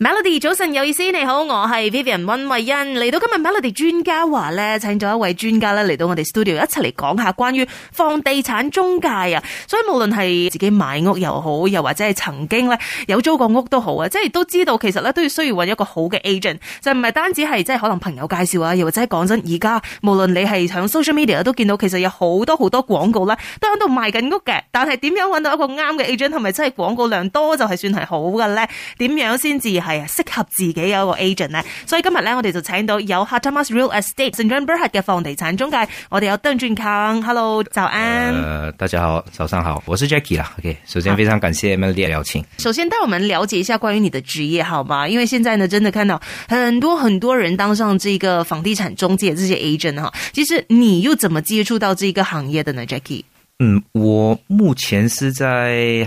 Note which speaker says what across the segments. Speaker 1: Melody 早晨有意思，你好，我係 Vivian 温慧欣，嚟到今日 Melody 專家話咧，請咗一位專家咧嚟到我哋 studio 一齊嚟講下關於房地產中介啊，所以無論係自己買屋又好，又或者係曾經咧有租過屋都好啊，即係都知道其實咧都要需要揾一個好嘅 agent，就唔係單止係即係可能朋友介紹啊，又或者係講真，而家無論你係響 social media 都見到，其實有好多好多廣告啦，都喺度賣緊屋嘅，但係點樣揾到一個啱嘅 agent，係咪真係廣告量多就係算係好嘅咧？點樣先至係適合自己嘅一個 agent 呢？所以今日咧，我哋就請到有 Hatamas Real Estate St. John Berhad 嘅房地產中介，我哋有鄧俊康，Hello，早安。
Speaker 2: 呃，大家好，早上好，我是 Jackie 啦。OK，首先非常感谢 Melody 的邀请。
Speaker 1: 首先带我们了解一下关于你的职业好吗？因为现在呢，真的看到很多很多人当上这个房地产中介这些 agent 哈，其实你又怎么接触到这个行业的呢，Jackie？
Speaker 2: 嗯，我目前是在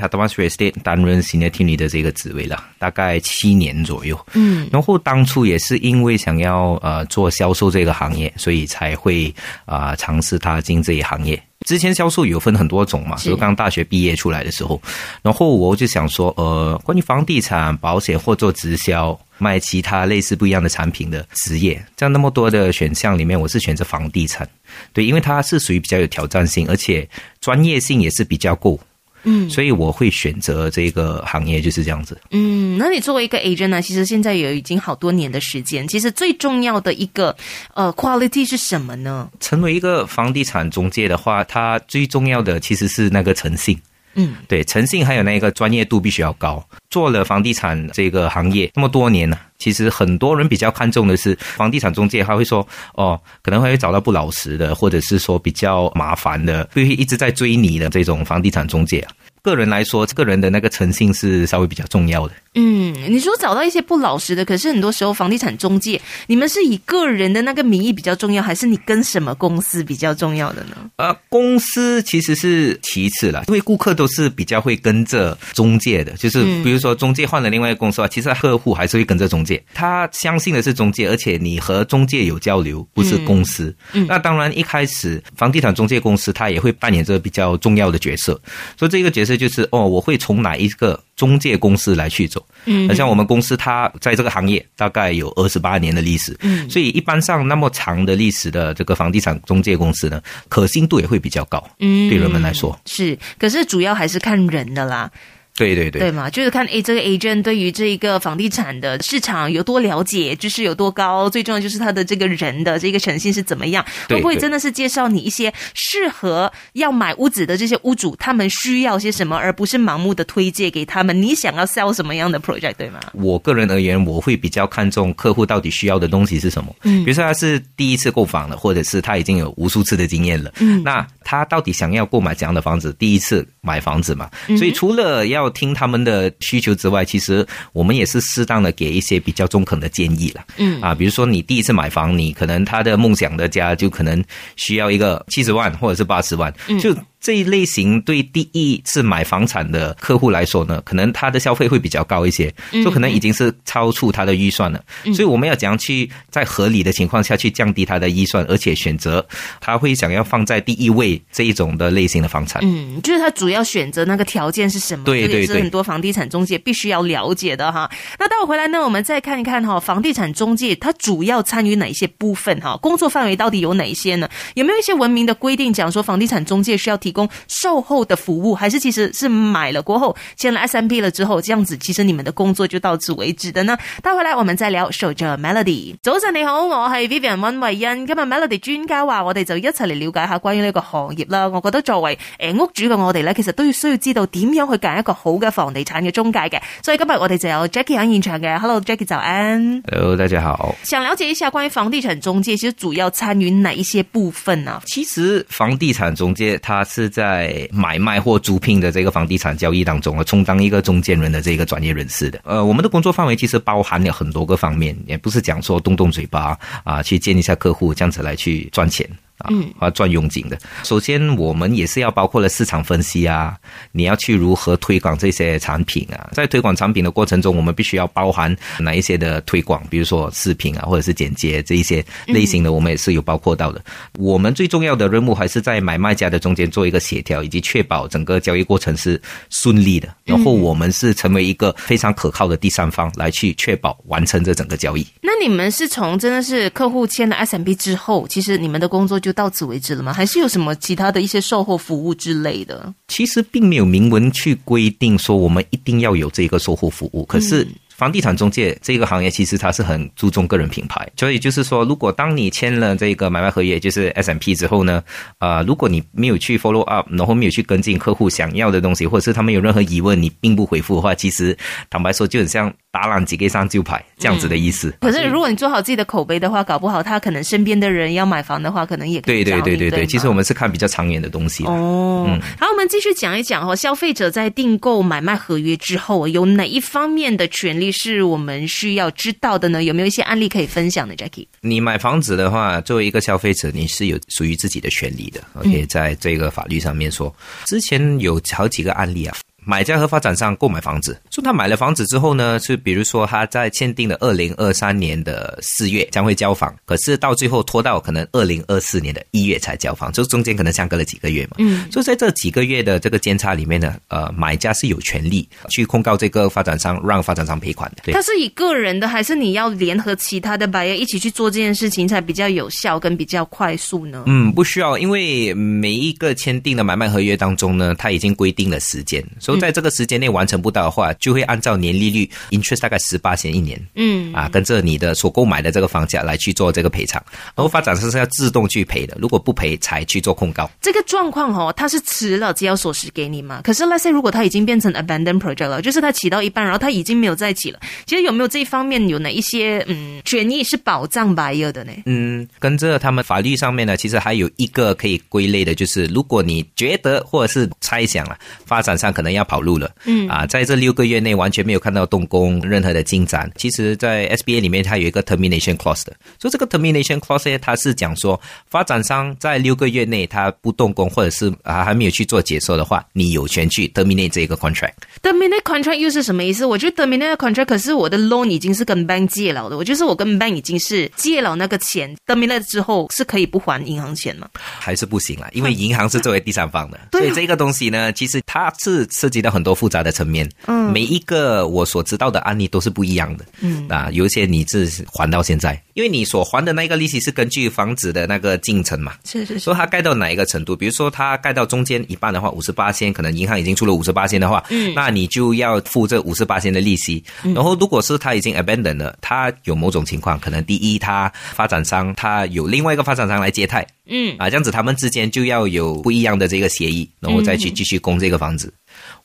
Speaker 2: Hadamas Real Estate 担任 Senior Team 的这个职位了，大概七年左右。
Speaker 1: 嗯，
Speaker 2: 然后当初也是因为想要呃做销售这个行业，所以才会啊、呃尝试踏进这一行业。之前销售有分很多种嘛，
Speaker 1: 是
Speaker 2: 就刚大学毕业出来的时候，然后我就想说，呃，关于房地产、保险或做直销、卖其他类似不一样的产品的职业，在那么多的选项里面，我是选择房地产，对，因为它是属于比较有挑战性，而且专业性也是比较够，
Speaker 1: 嗯
Speaker 2: 所以我会选择这个行业就是这样子。
Speaker 1: 嗯，那你作为一个 agent 呢，其实现在也已经好多年的时间，其实最重要的一个呃 quality 是什么呢？
Speaker 2: 成为一个房地产中介的话，它最重要的其实是那个诚信。
Speaker 1: 嗯，
Speaker 2: 对，诚信还有那个专业度必须要高。做了房地产这个行业那么多年呢、其实很多人比较看重的是房地产中介，他会说哦，可能会找到不老实的，或者是说比较麻烦的，会一直在追你的这种房地产中介啊。个人来说，个人的那个诚信是稍微比较重要的。
Speaker 1: 嗯，你说找到一些不老实的，可是很多时候房地产中介，你们是以个人的那个名义比较重要，还是你跟什么公司比较重要的呢？
Speaker 2: 呃，公司其实是其次啦，因为顾客都是比较会跟着中介的，就是
Speaker 1: 嗯
Speaker 2: 比如说中介换了另外一个公司啊，其实客户还是会跟着中介，他相信的是中介，而且你和中介有交流，不是公司。
Speaker 1: 嗯嗯
Speaker 2: 那当然一开始房地产中介公司他也会扮演着比较重要的角色，所以这个角色就是哦，我会从哪一个中介公司来去走。
Speaker 1: 嗯
Speaker 2: 那像我们公司，它在这个行业大概有二十八年的历史，
Speaker 1: 嗯
Speaker 2: 所以一般上那么长的历史的这个房地产中介公司呢，可信度也会比较高。
Speaker 1: 嗯
Speaker 2: 对人们来说
Speaker 1: 是，可是主要还是看人的啦。
Speaker 2: 对对
Speaker 1: 对，嘛？就是看诶，这个 agent 对于这一个房地产的市场有多了解，知识有多高，最重要就是他的这个人的这个诚信是怎么样，
Speaker 2: 对
Speaker 1: 会不会
Speaker 2: 对
Speaker 1: 真的是介绍你一些适合要买屋子的这些屋主，他们需要些什么，而不是盲目的推荐给他们你想要 sell 什么样的 project，对吗？
Speaker 2: 我个人而言，我会比较看重客户到底需要的东西是什么。
Speaker 1: 嗯
Speaker 2: 比如说他是第一次购房了，或者是他已经有无数次的经验了。
Speaker 1: 嗯
Speaker 2: 那他到底想要购买怎样的房子？第一次买房子嘛，
Speaker 1: 嗯
Speaker 2: 所以除了要听他们的需求之外，其实我们也是适当的给一些比较中肯的建议了。
Speaker 1: 嗯
Speaker 2: 啊，比如说你第一次买房，你可能他的梦想的家就可能需要一个七十万或者是八十万，
Speaker 1: 嗯
Speaker 2: 就这一类型对第一次买房产的客户来说呢，可能他的消费会比较高一些，就可能已经是超出他的预算了。所以我们要怎样去在合理的情况下去降低他的预算，而且选择他会想要放在第一位这一种的类型的房产。
Speaker 1: 嗯，就是他主要选择那个条件是什么？
Speaker 2: 对
Speaker 1: 这个也
Speaker 2: 对
Speaker 1: 是
Speaker 2: 对
Speaker 1: 很多房地产中介必须要了解的哈。那待会回来呢，我们再看一看哈，房地产中介他主要参与哪一些部分哈？工作范围到底有哪一些呢？有没有一些文明的规定讲说房地产中介需要提供售后的服务，还是其实是买了过后签了 S M B 了之后，这样子其实你们的工作就到此为止的呢？待会回来我们再聊。守着 Melody，早晨你好，我係 Vivian 温慧欣。今日 Melody 專家話，我哋就一齊嚟了解下關於呢個行業啦。我覺得作為诶屋主嘅我哋咧，其實都要需要知道點樣去揀一個好嘅房地產嘅中介嘅。所以今日我哋就有 Jackie 喺現場嘅。Hello Jackie，早安。
Speaker 2: Hello，大家好。
Speaker 1: 想了解一下關於房地產中介，其實主要參與哪一些部分啊呢、
Speaker 2: 其实房地产中介他是在买卖或租赁的这个房地产交易当中啊，充当一个中间人的这个专业人士的。呃，我们的工作范围其实包含了很多个方面，也不是讲说动动嘴巴啊、去见一下客户这样子来去赚钱。啊，啊赚佣金的。首先，我们也是要包括了市场分析啊，你要去如何推广这些产品啊，在推广产品的过程中，我们必须要包含哪一些的推广，比如说视频啊，或者是剪接这一些类型的，我们也是有包括到的。我们最重要的任务还是在买卖家的中间做一个协调，以及确保整个交易过程是顺利的。然后，我们是成为一个非常可靠的第三方，来去确保完成这整个交易。
Speaker 1: 那你们是从真的是客户签了 SMB 之后，其实你们的工作就到此为止了吗？还是有什么其他的一些售后服务之类的？
Speaker 2: 其实并没有明文去规定说我们一定要有这个售后服务，可是。房地产中介这个行业其实它是很注重个人品牌，所以就是说，如果当你签了这个买卖合约，就是 S M P 之后呢，啊，如果你没有去 follow up，然后没有去跟进客户想要的东西，或者是他们有任何疑问，你并不回复的话，其实坦白说，就很像打烂几个上旧牌这样子的意思。
Speaker 1: 可是如果你做好自己的口碑的话，搞不好他可能身边的人要买房的话，可能也可以
Speaker 2: 对对
Speaker 1: 找你
Speaker 2: 对对
Speaker 1: 对
Speaker 2: 对，
Speaker 1: 吗，
Speaker 2: 其实我嗯们是看比较长远的东西的。
Speaker 1: 哦，好，我们继续讲一讲哦，消费者在订购买卖合约之后，有哪一方面的权利是我们需要知道的呢？有没有一些案例可以分享的，Jackie？
Speaker 2: 你买房子的话，作为一个消费者，你是有属于自己的权利的。OK，在这个法律上面说，之前有好几个案例啊。买家和发展商购买房子，说他买了房子之后呢，是比如说他在签订的二零二三年的四月将会交房，可是到最后拖到可能二零二四年的一月才交房，就中间可能相隔了几个月嘛。
Speaker 1: 嗯，
Speaker 2: 所以在这几个月的这个间差里面呢，呃，买家是有权利去控告这个发展商，让发展商赔款的。对
Speaker 1: 它是以个人的，还是你要联合其他的 buyer 一起去做这件事情才比较有效跟比较快速呢？
Speaker 2: 嗯，不需要，因为每一个签订的买卖合约当中呢，它已经规定了时间，所以在这个时间内完成不到的话，就会按照年利率 interest 大概十八钱一年
Speaker 1: 嗯
Speaker 2: 啊，跟着你的所购买的这个房价来去做这个赔偿，然后发展商是要自动去赔的，如果不赔才去做控告。
Speaker 1: 这个状况哦，他是迟了只要锁匙给你嘛。可是 let's say 如果他已经变成 abandoned project 了，就是他起到一半，然后他已经没有再起了，其实有没有这一方面有哪一些嗯权益是保障 buyer 的呢？
Speaker 2: 嗯，跟着他们法律上面呢，其实还有一个可以归类的，就是如果你觉得或者是猜想了、发展商可能要跑路了，嗯啊，在这六个月内完全没有看到动工任何的进展，其实，在 SBA 里面它有一个 termination clause 的，所以这个 termination clause 呢它是讲说，发展商在六个月内他不动工或者是啊还没有去做解说的话，你有权去 terminate 这个 contract。
Speaker 1: terminate contract 又是什么意思？我觉得 terminate contract 可是我的 loan 已经是跟 bank 借了的，我就是我跟 bank 已经是借了那个钱，terminate 之后是可以不还银行钱嘛？
Speaker 2: 还是不行啦，因为银行是作为第三方的，
Speaker 1: 对啊
Speaker 2: 所以这个东西呢，其实它是涉及到很多复杂的层面。
Speaker 1: 嗯
Speaker 2: 每一个我所知道的案例都是不一样的。
Speaker 1: 嗯
Speaker 2: 啊，有一些你是还到现在，因为你所还的那个利息是根据房子的那个进程嘛，
Speaker 1: 是是
Speaker 2: 说它盖到哪一个程度，比如说它盖到中间一半的话，五十八仙，可能银行已经出了五十八仙的话，嗯，那你就要付这五十八仙的利息。
Speaker 1: 嗯
Speaker 2: 然后如果是它已经 abandon 了，它有某种情况，可能第一，它发展商它有另外一个发展商来接贷，
Speaker 1: 嗯
Speaker 2: 啊，这样子他们之间就要有不一样的这个协议，然后再
Speaker 1: 嗯
Speaker 2: 去继续供这个房子。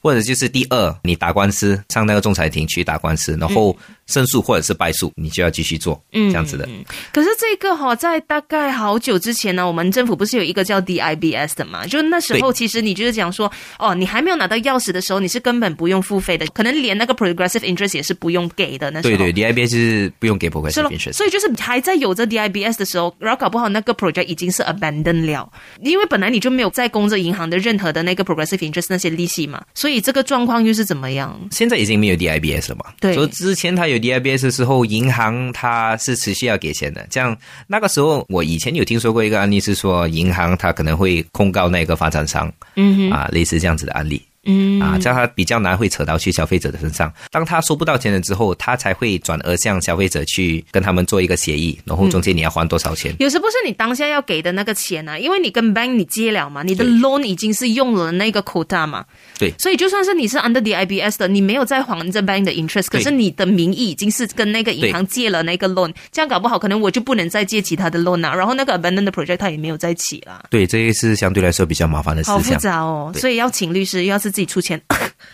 Speaker 2: 或者就是第二，你打官司上那个仲裁庭去打官司，然后胜诉或者是败诉，你就要继续做，
Speaker 1: 嗯
Speaker 2: 这样子的。
Speaker 1: 可是这个哈、在大概好久之前呢，我们政府不是有一个叫 DIBS 的嘛？就那时候，其实你就是讲说，哦，你还没有拿到钥匙的时候，你是根本不用付费的，可能连那个 progressive interest 也是不用给的。那时候
Speaker 2: 对对，DIB 是不用给 progressive
Speaker 1: 嗯是咯
Speaker 2: interest，的
Speaker 1: 所以就是还在有着 DIBS 的时候，然后搞不好那个 project 已经是 abandon 了，因为本来你就没有在供着银行的任何的那个 progressive interest 那些利息嘛，所以这个状况又是怎么样？
Speaker 2: 现在已经没有 DIBS 了嘛？
Speaker 1: 对
Speaker 2: 所以之前它有 DIBS 的时候，银行它是持续要给钱的。这样那个时候，我以前有听说过一个案例是说，银行它可能会控告那个发展商，
Speaker 1: 嗯哼，
Speaker 2: 啊，类似这样子的案例。
Speaker 1: 嗯
Speaker 2: 啊，这样它比较难会扯到去消费者的身上。当他收不到钱了之后，他才会转而向消费者去跟他们做一个协议，然后中间你要还多少钱。
Speaker 1: 有时不是你当下要给的那个钱啊，因为你跟 bank 你借了嘛，你的 loan 已经是用了那个 quota 嘛，
Speaker 2: 对
Speaker 1: 所以就算是你是 under DIBS 的，你没有在还这 bank 的 interest，可
Speaker 2: 对
Speaker 1: 是你的名义已经是跟那个银行借了那个 loan，这样搞不好可能我就不能再借其他的 loan 啊，然后那个 abandoned project 它也没有再起啦，
Speaker 2: 对，这个是相对来说比较麻烦的事
Speaker 1: 好复
Speaker 2: 项。
Speaker 1: 杂哦，
Speaker 2: 对
Speaker 1: 所以要请律师，又要是自己出钱，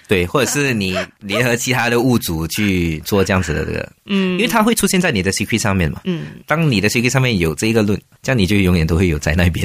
Speaker 2: 对，或者是你联合其他的物主去做这样子的这个，嗯，因为它会出现在你的 CQ 上面嘛，
Speaker 1: 嗯，
Speaker 2: 当你的 CQ 上面有这一个论，这样你就永远都会有在那边。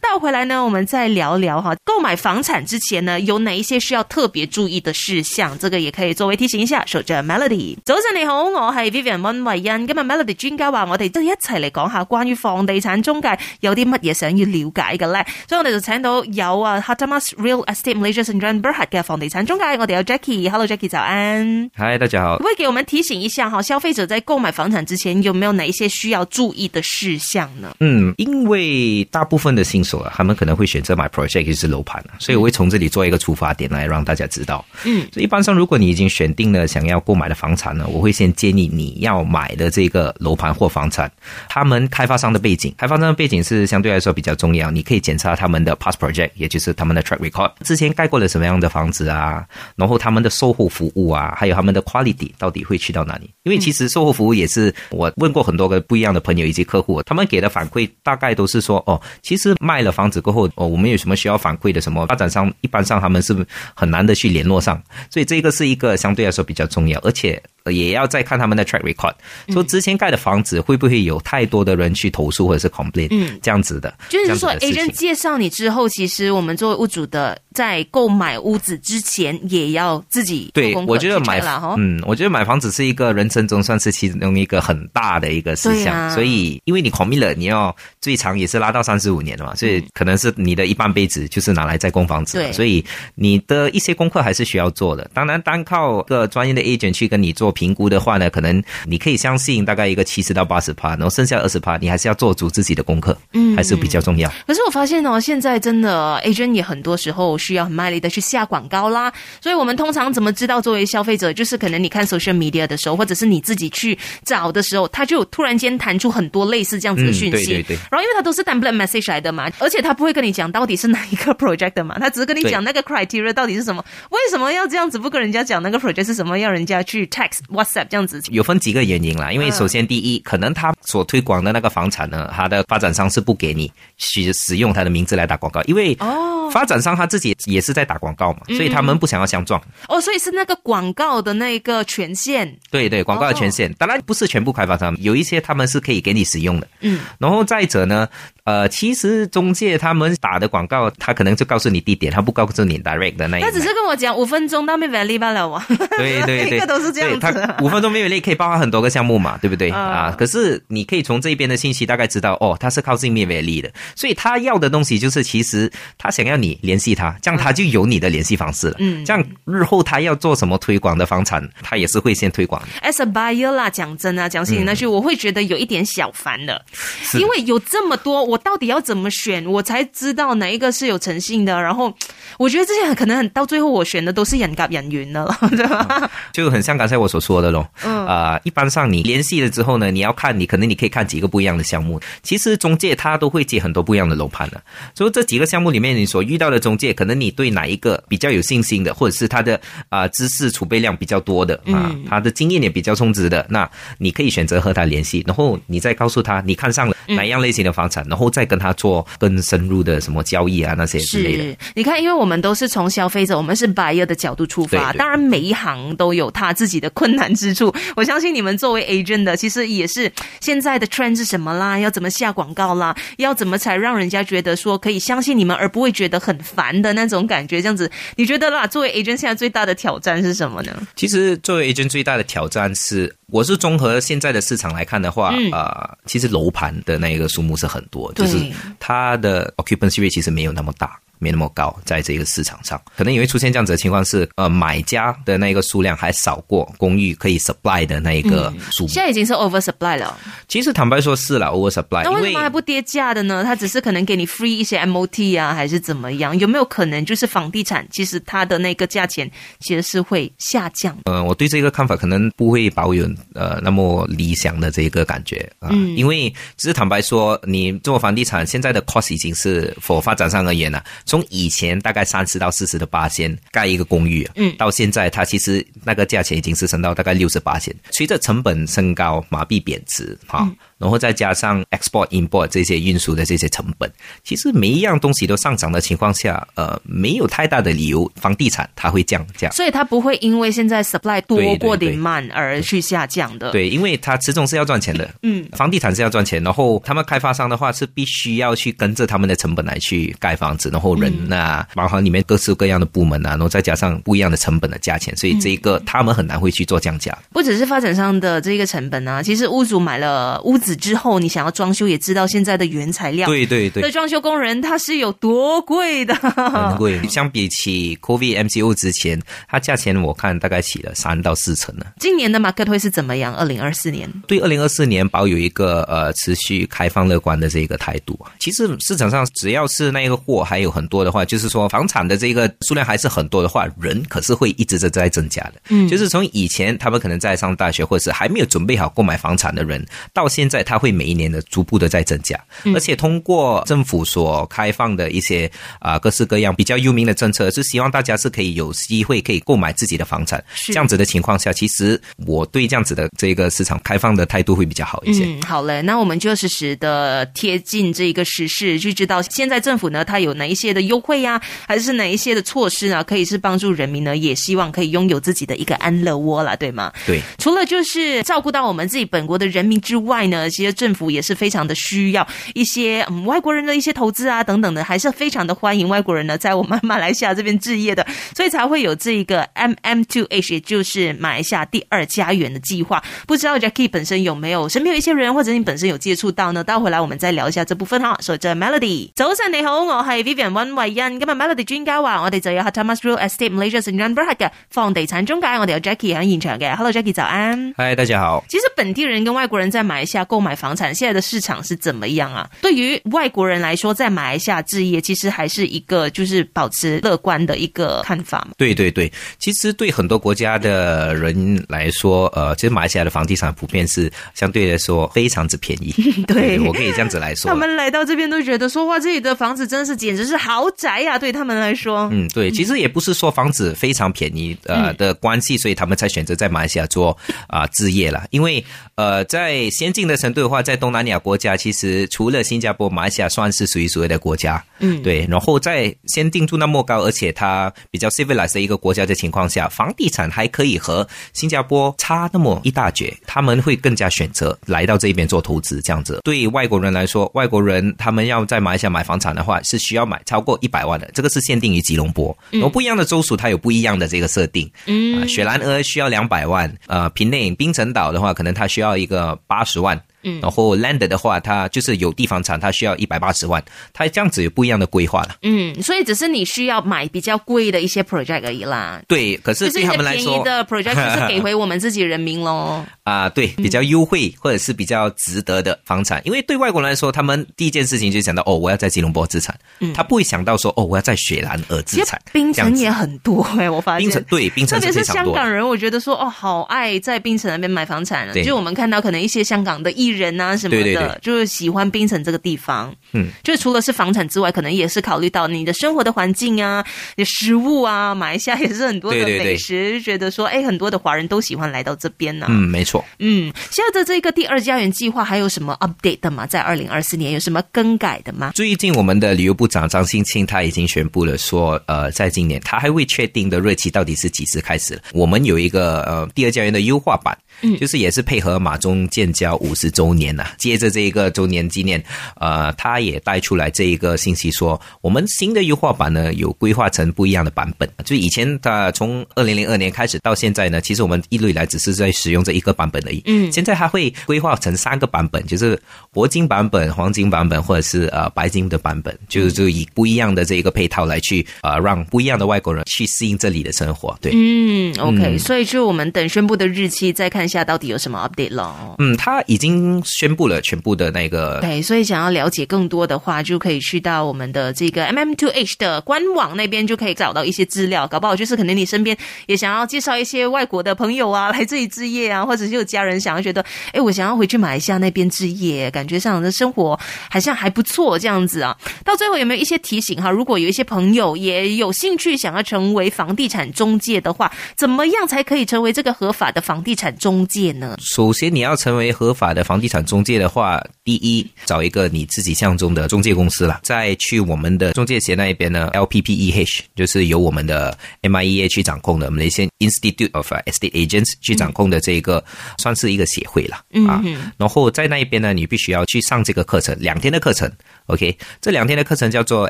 Speaker 1: 倒回来呢，我们再聊聊哈，购买房产之前呢，有哪一些需要特别注意的事项？这个也可以作为提醒一下。守着 Melody，早晨你好，我係 Vivian 温慧欣。今日 Melody 專家話，我哋都一齊嚟講下關於房地產中介有啲乜嘢想要了解嘅咧。所以我哋就請到有啊 h a t a m a s Real Estate Malaysia Sdn Bhd 嘅房地產中介，我哋有 Jackie，Hello Jackie，早安。
Speaker 2: 嗨，大家好
Speaker 1: 可。不可以给我们提醒一下哈，消费者在购买房产之前有没有哪一些需要注意的事项呢？
Speaker 2: 嗯，因为大部分的新手啊，他们可能会选择买 project 就是楼盘啊，所以我会从这里做一个出发点来让大家知道。
Speaker 1: 嗯，
Speaker 2: 所以一般上，如果你已经选定了想要购买的房产呢，我会先建议你要买的这个楼盘或房产，他们开发商的背景，开发商的背景是相对来说比较重要，你可以检查他们的 past project，也就是他们的 track record，之前盖过了什么样的房子啊，然后他们的售后服务啊，还有他们的 quality 到底会去到哪里？因为
Speaker 1: 嗯
Speaker 2: 其实售后服务也是我问过很多个不一样的朋友以及客户，他们给的反馈大概都是说，哦，其实卖了房子过后，哦，我们有什么需要反馈的什么发展商，一般上他们是很难的去联络上，所以这个是一个相对来说比较重要，而且。呃也要再看他们的 track record，说
Speaker 1: 嗯
Speaker 2: 之前盖的房子会不会有太多的人去投诉或者是 complain，
Speaker 1: 嗯
Speaker 2: 这样子的，
Speaker 1: 就是说
Speaker 2: 这样子的事情
Speaker 1: ，agent 介绍你之后，其实我们作为屋主的，在购买屋子之前，也要自己做
Speaker 2: 对
Speaker 1: 功，课
Speaker 2: 我觉得
Speaker 1: 去哦
Speaker 2: 买
Speaker 1: check 啦哈。
Speaker 2: 嗯，我觉得买房子是一个人生中算是其中一个很大的一个事
Speaker 1: 对
Speaker 2: 项，
Speaker 1: 啊
Speaker 2: 所以因为你 commit 了，你要最长也是拉到三十五年的嘛，所以可能是你的一半辈子就是拿来在供房子嘛
Speaker 1: 对，
Speaker 2: 所以你的一些功课还是需要做的。当然，单靠一个专业的 agent 去跟你做评估的话呢，可能你可以相信大概一个七十到八十趴，然后剩下二十趴，你还是要做足自己的功课，
Speaker 1: 嗯
Speaker 2: 还是比较重要。
Speaker 1: 可是我发现哦，现在真的 agent 也很多时候需要很卖力的去下广告啦，所以我们通常怎么知道作为消费者，就是可能你看 social media 的时候，或者是你自己去找的时候，它就有突然间弹出很多类似这样子的
Speaker 2: 嗯
Speaker 1: 讯息，
Speaker 2: 对对对
Speaker 1: 然后因为它都是 template message 来的嘛，而且它不会跟你讲到底是哪一个 project 的嘛，它只是跟你
Speaker 2: 对
Speaker 1: 讲那个 criteria 到底是什么，为什么要这样子不跟人家讲那个 project 是什么，要人家去 text WhatsApp 这样子。
Speaker 2: 有分几个原因啦，因为
Speaker 1: 嗯
Speaker 2: 首先第一，可能他所推广的那个房产呢，他的发展商是不给你使使用他的名字来打广告，因为
Speaker 1: 哦嗯
Speaker 2: 发展商他自己也是在打广告嘛，所以他们不想要相撞。
Speaker 1: 哦，所以是那个广告的那个权限，
Speaker 2: 对对，广告的权限、
Speaker 1: 哦
Speaker 2: 当然不是全部开发商，有一些他们是可以给你使用的。
Speaker 1: 嗯，
Speaker 2: 然后再者呢，呃，其实中介他们打的广告，他可能就告诉你地点，他不告诉你 direct 的那一
Speaker 1: 他只是跟我讲五分钟到 m i v a l l y 罢了，我。啊
Speaker 2: 对对对，
Speaker 1: 每个都是这样子
Speaker 2: 对他五分钟没有累，可以包含很多个项目嘛，对不对、
Speaker 1: 嗯
Speaker 2: 啊？可是你可以从这边的信息大概知道，哦，他是靠近灭灭力的，所以他要的东西就是，其实他想要你联系他，这样他就有你的联系方式了。
Speaker 1: 嗯
Speaker 2: 这样日后他要做什么推广的房产，他也是会先推广的。
Speaker 1: as a buyer 啦，讲真啊，讲心里那句，我会觉得有一点小烦的，
Speaker 2: 是
Speaker 1: 因为有这么多，我到底要怎么选，我才知道哪一个是有诚信的。然后，我觉得这些可能很到最后，我选的都是人夹人缘的了，对吧？
Speaker 2: 就很像刚才我所说的咯。
Speaker 1: 嗯
Speaker 2: 啊、一般上你联系了之后呢，你要看你可能你可以看几个不一样的项目。其实中介他都会接很多不一样的楼盘的、所以这几个项目里面，你所遇到的中介，可能你对哪一个比较有信心的，或者是他的啊、知识储备量比较多的
Speaker 1: 嗯
Speaker 2: 啊，他的经验也比较充足的，那你可以选择和他联系，然后你再告诉他你看上了
Speaker 1: 嗯
Speaker 2: 哪一样类型的房产，然后再跟他做更深入的什么交易啊那些之类的。
Speaker 1: 是，你看，因为我们都是从消费者，我们是 buyer 的角度出发，
Speaker 2: 对对
Speaker 1: 当然每一行都有他自己的困难之处。 我相信你们作为 agent 的，其实也是现在的 trend 是什么啦，要怎么下广告啦，要怎么才让人家觉得说可以相信你们，而不会觉得很烦的那种感觉。这样子，你觉得啦，作为 agent 现在最大的挑战是什么呢？
Speaker 2: 其实作为 agent 最大的挑战是，我是综合现在的市场来看的话，
Speaker 1: 嗯
Speaker 2: 呃，其实楼盘的那个数目是很多，
Speaker 1: 对
Speaker 2: 就是它的 occupancy rate 其实没有那么大。没那么高，在这个市场上，可能也会出现这样子的情况是，呃，买家的那个数量还少过公寓可以 supply 的那一个数目。
Speaker 1: 嗯现在已经是 over supply 了，
Speaker 2: 其实坦白说，是啦，over supply，
Speaker 1: 那
Speaker 2: 因
Speaker 1: 为什
Speaker 2: 为
Speaker 1: 么还不跌价的呢？它只是可能给你 free 一些 MOT 啊，还是怎么样？有没有可能就是房地产其实它的那个价钱其实是会下降？
Speaker 2: 呃，我对这个看法可能不会保有呃那么理想的这个感觉啊，因为只是坦白说，你做房地产现在的 cost 已经是否发展商而言呢、啊从以前大概三十到四十的八千盖一个公寓，啊
Speaker 1: 嗯
Speaker 2: 到现在它其实那个价钱已经是升到大概六十八千，随着成本升高，马币贬值啊。然后再加上 export import 这些运输的这些成本，其实每一样东西都上涨的情况下，呃，没有太大的理由，房地产它会降价。
Speaker 1: 所以它不会因为现在 supply 多
Speaker 2: 对对
Speaker 1: 过
Speaker 2: 对
Speaker 1: demand 而去下降的。
Speaker 2: 对，因为它始终是要赚钱的，
Speaker 1: 嗯，
Speaker 2: 房地产是要赚钱，然后他们开发商的话是必须要去跟着他们的成本来去盖房子，然后人啊，包含里面各式各样的部门啊，然后再加上不一样的成本的价钱，所以这一个他们很难会去做降价。
Speaker 1: 不只是发展商的这个成本啊，其实屋主买了屋子之后，你想要装修，也知道现在的原材料。
Speaker 2: 对对嗯对
Speaker 1: 对，装修工人他是有多贵的，
Speaker 2: 很贵。相比起 COVID MCO 之前，它价钱我看大概起了三到四成呢。
Speaker 1: 今年的 market 会是怎么样？二零二四年，
Speaker 2: 对二零二四年保有一个呃持续开放乐观的这个态度。啊其实市场上只要是那个货还有很多的话，就是说房产的这个数量还是很多的话，人可是会一直在在增加的。嗯，就是从以前他们可能在上大学或者是还没有准备好购买房产的人，到现在他会每一年的逐步的在增加，而且通过政府所开放的一些啊、各式各样比较有名的政策，是希望大家是可以有机会可以购买自己的房产。
Speaker 1: 是
Speaker 2: 这样子的情况下，其实我对这样子的这个市场开放的态度会比较好一些。
Speaker 1: 嗯，好嘞，那我们就实时的贴近这个时事，去知道现在政府呢，它有哪一些的优惠呀、还是哪一些的措施呢，可以是帮助人民呢，也希望可以拥有自己的一个安乐窝啦，对吗？
Speaker 2: 对，
Speaker 1: 除了就是照顾到我们自己本国的人民之外呢，其实政府也是非常的需要一些嗯外国人的一些投资啊等等的，还是非常的欢迎外国人呢在我们马来西亚这边置业的，所以才会有这一个 MM2H，也就是马来西亚第二家园的计划。不知道 Jackie 本身有没有身边有一些人，或者你本身有接触到呢？待会来我们再聊一下这部分哈。所以这 Melody，早晨你好，我係 Vivian 温慧欣。今日 Melody 專家話，我哋就有 Hatamas Real Estate Malaysia Sdn Bhd 嘅房地產中介，我哋有 Jackie 喺現場嘅。Hello Jackie，早安。
Speaker 2: 嗨，大家好。
Speaker 1: 其实本地人跟外国人在马来西亚购买房产，现在的市场是怎么样啊？对于外国人来说，在马来西亚置业其实还是一个就是保持乐观的一个看法嘛。
Speaker 2: 对对对，其实对很多国家的人来说，呃，其实马来西亚的房地产普遍是相对来说非常之便 宜。
Speaker 1: 对
Speaker 2: 我可以这样子来说
Speaker 1: 他。们来到这边都觉得说哇，这里的房子真是简直是豪宅呀、对他们来说，
Speaker 2: 嗯，对，其实也不是说房子非常便宜呃的关系，所以他们才选择在马来西亚做啊、置业啦。因为呃，在先进的程度的话，在东南亚国家，其实除了新加坡，马来西亚算是数一数二的国家。嗯，对。然后在先定住那么高，而且它比较 civilized 的一个国家的情况下，房地产还可以和新加坡差那么一大截，他们会更加选择来到这边做投资，这样子。对外国人来说，外国人他们要在马来西亚买房产的话，是需要买超过一百万的，这个是限定于吉隆坡。
Speaker 1: 嗯
Speaker 2: 然后不一样的州属它有不一样的这个设定。嗯，啊、雪兰莪需要两百万，呃，平内槟城岛的话，可能它需要一个八十万。嗯，然后 land 的话，它就是有地房产，它需要一百八十万，它这样子有不一样的规划了。
Speaker 1: 嗯，所以只是你需要买比较贵的一些 project 而已啦。
Speaker 2: 对，可
Speaker 1: 就是是
Speaker 2: 对
Speaker 1: 一
Speaker 2: 他
Speaker 1: 些
Speaker 2: 们来
Speaker 1: 便
Speaker 2: 说
Speaker 1: 宜的 project 就是给回我们自己人民 喽。
Speaker 2: 啊、对，
Speaker 1: 嗯
Speaker 2: 比较优惠或者是比较值得的房产，因为对外国人来说，他们第一件事情就想到哦，我要在吉隆坡资产，他不会想到说哦，我要在雪兰莪
Speaker 1: 嗯其实
Speaker 2: 资产，
Speaker 1: 槟
Speaker 2: 这样
Speaker 1: 城
Speaker 2: 子
Speaker 1: 也很多哎、我发现
Speaker 2: 槟城对槟城
Speaker 1: 特别是
Speaker 2: 是非常
Speaker 1: 香
Speaker 2: 多的
Speaker 1: 港人，我觉得说哦，好爱在槟城那边买房产啊。
Speaker 2: 对
Speaker 1: 就我们看到可能一些香港的艺人啊什么的，
Speaker 2: 对对对
Speaker 1: 就是喜欢槟城这个地方。
Speaker 2: 嗯，
Speaker 1: 就除了是房产之外，可能也是考虑到你的生活的环境啊、你的食物啊，马来西亚也是很多的
Speaker 2: 对对对
Speaker 1: 美食，就觉得说哎，很多的华人都喜欢来到这边呢、
Speaker 2: 嗯，没错。
Speaker 1: 嗯现在的这个第二家园计划还有什么 update 的吗？在二零二四年有什么更改的吗？
Speaker 2: 最近我们的旅游部长张新庆他已经宣布了说，呃，在今年他还未确定的日期到底是几时开始。我们有一个呃第二家园的优化版，就是也是配合马中建交五十周年呐、接着这一个周年纪念，呃，他也带出来这一个信息说，我们新的优化版呢有规划成不一样的版本。就以前它从二零零二年开始到现在呢，其实我们一路以来只是在使用这一个版本而已。嗯，现在它会规划成三个版本，就是铂金版本、黄金版本或者是呃白金的版本，就是就以不一样的这一个配套来去呃让不一样的外国人去适应这里的生活。对，
Speaker 1: 嗯，OK，所以就我们等宣布的日期再看一下到底有什么 update 咯。
Speaker 2: 嗯，他已经宣布了全部的那个
Speaker 1: 对，所以想要了解更多的话，就可以去到我们的这个 MM2H 的官网那边，就可以找到一些资料。搞不好就是可能你身边也想要介绍一些外国的朋友啊，来这里置业啊，或者是有家人想要觉得，哎，我想要回去马来西亚那边置业，感觉上的生活好像还不错这样子啊。到最后有没有一些提醒哈？如果有一些朋友也有兴趣想要成为房地产中介的话，怎么样才可以成为这个合法的房地产中？中介呢？
Speaker 2: 首先，你要成为合法的房地产中介的话，第一，找一个你自己相中的中介公司啦。再去我们的中介协那一边呢，LPPEH E 就是由我们的 MIEA 去掌控的，我们的一些 Institute of Estate Agents 去掌控的这一个，算是一个协会啦。啊。然后在那一边呢，你必须要去上这个课程，两天的课程。OK，这两天的课程叫做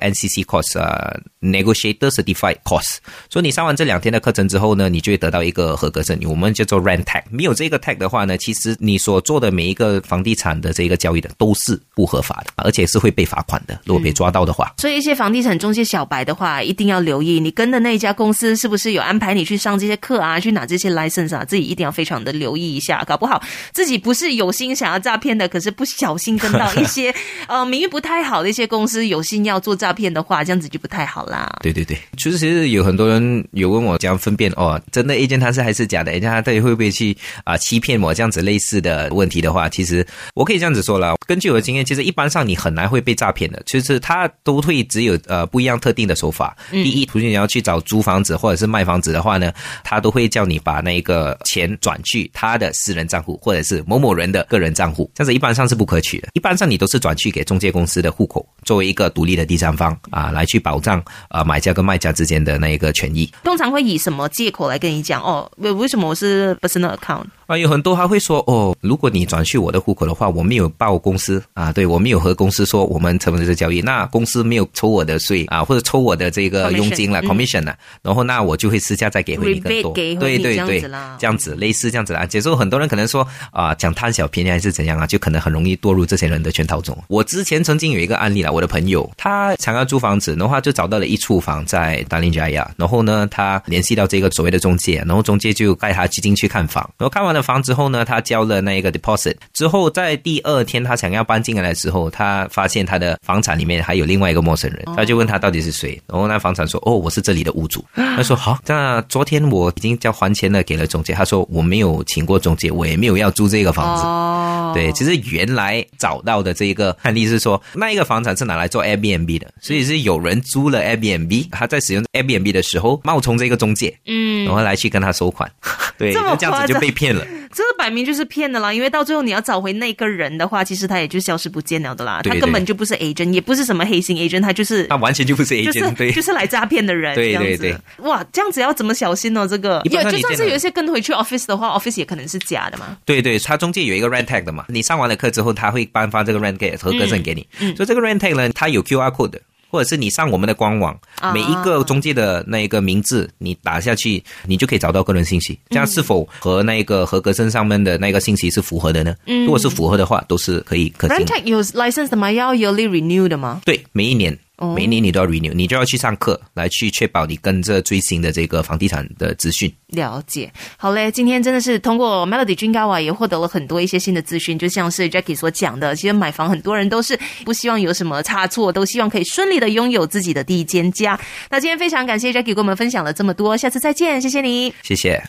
Speaker 2: NCC course 啊、n e g o t i a t o r Certified course。所以你上完这两天的课程之后呢，你就会得到一个合格证，我们叫做 Rent Tag。没有这个 Tag 的话呢，其实你所做的每一个房地产的这个交易的都是不合法的，而且是会被罚款的。如果被抓到的话，
Speaker 1: 所以一些房地产中介小白的话，一定要留意，你跟的那一家公司是不是有安排你去上这些课啊，去拿这些 license 啊，自己一定要非常的留意一下，搞不好自己不是有心想要诈骗的，可是不小心跟到一 些呃名誉不太好的一些公司，有心要做诈骗的话，这样子就不太好啦。
Speaker 2: 对对对，就是其实有很多人有问我怎样分辨哦，真的 agent 他是还是假的 agent 他到底会不会去啊、欺骗我这样子类似的问题的话，其实我可以这样子说了，根据我的经验，其实一般上你很难会被诈骗的，就是他都会只有呃不一样特定的手法。第一，途径你要去找租房子或者是卖房子的话呢，他都会叫你把那个钱转去他的私人账户或者是某某人的个人账户，这样子一般上是不可取的，一般上你都是转去给中介公司的户口，作为一个独立的第三方啊、来去保障啊买家跟卖家之间的那一个权益。
Speaker 1: 通常会以什么借口来跟你讲？哦，为为什么我是 personal account？
Speaker 2: 啊，有很多还会说哦，如果你转去我的户口的话，我没有报公司啊，对我没有和公司说我们成为这个交易，那公司没有抽我的税啊，或者抽我的这个
Speaker 1: Commission，
Speaker 2: 佣金了
Speaker 1: 嗯
Speaker 2: commission 了、然后那我就会私下再给回你更
Speaker 1: Rebate
Speaker 2: 多，
Speaker 1: 给
Speaker 2: 对
Speaker 1: 回
Speaker 2: 对
Speaker 1: 你这
Speaker 2: 对，
Speaker 1: 样子啦
Speaker 2: 这样子类似这样子的案件，所以很多人可能说啊、讲贪小便宜还是怎样啊，就可能很容易堕入这些人的圈套中。我之前曾经有一个案例啦，我的朋友他想要租房子，然后他就找到了一处房在达林加亚，然后呢，他联系到这个所谓的中介，然后中介就带他去进去看房，然后看完了房之后呢，他交了那一个 deposit 之后，在第二天他想要搬进来的时候，他发现他的房产里面还有另外一个陌生人，他就问他到底是谁，然后那房产说哦，我是这里的屋主，他说好，那昨天我已经交还钱了给了中介，他说我没有请过中介，我也没有要租这个房子。
Speaker 1: 哦
Speaker 2: 对，其实原来找到的这一个案例是说，那一个房产是拿来做 Airbnb 的，所以是有人租了 Airbnb，他在使用 Airbnb 的时候冒充这个中介，
Speaker 1: 嗯，
Speaker 2: 然后来去跟他收款， 对，
Speaker 1: 这么
Speaker 2: 就这样
Speaker 1: 夸
Speaker 2: 子就
Speaker 1: 张
Speaker 2: 被骗了。
Speaker 1: 这摆明就是骗的啦，因为到最后你要找回那个人的话，其实他也就消失不见了的啦，
Speaker 2: 对
Speaker 1: 他根本就不是 agent，也不是什么黑心 agent，他就是
Speaker 2: 他完全就不是 agent，、
Speaker 1: 就是
Speaker 2: 对
Speaker 1: 就。是来诈骗的人，
Speaker 2: 对对
Speaker 1: 这样子。哇，这样子要怎么小心哦？这个
Speaker 2: 一
Speaker 1: 有
Speaker 2: 般上
Speaker 1: 就
Speaker 2: 你
Speaker 1: 算
Speaker 2: 见
Speaker 1: 是
Speaker 2: 到
Speaker 1: 有一些跟回去 office 的话，office 也可能是假的嘛。
Speaker 2: 对对，它中介有一个 rent tag 的嘛，你上完了课之后，他会颁发这个 rent tag 合格
Speaker 1: 嗯
Speaker 2: 证给你。所以这个 rent tag 呢，它有 QR code 的。或者是你上我们的官网
Speaker 1: 啊，
Speaker 2: 每一个中介的那一个名字，你打下去，你就可以找到个人信
Speaker 1: 嗯
Speaker 2: 息。这样是否和那个合格证上面的那个信息是符合的呢？
Speaker 1: 嗯
Speaker 2: 如果是符合的话，都是可以可
Speaker 1: r e
Speaker 2: 行
Speaker 1: n。t a g 有 license 的吗？要 yearly renew 的吗？
Speaker 2: 对，每一年
Speaker 1: 哦，
Speaker 2: 每一年你都要 renew，你就要去上课来去确保你跟着最新的这个房地产的资讯。
Speaker 1: 了解，好嘞，今天真的是通过 Melody 君高啊，也获得了很多一些新的资讯，就像是 Jackie 所讲的，其实买房很多人都是不希望有什么差错，都希望可以顺利的拥有自己的第一间家。那今天非常感谢 Jackie 给我们分享了这么多，下次再见，谢谢你。
Speaker 2: 谢谢。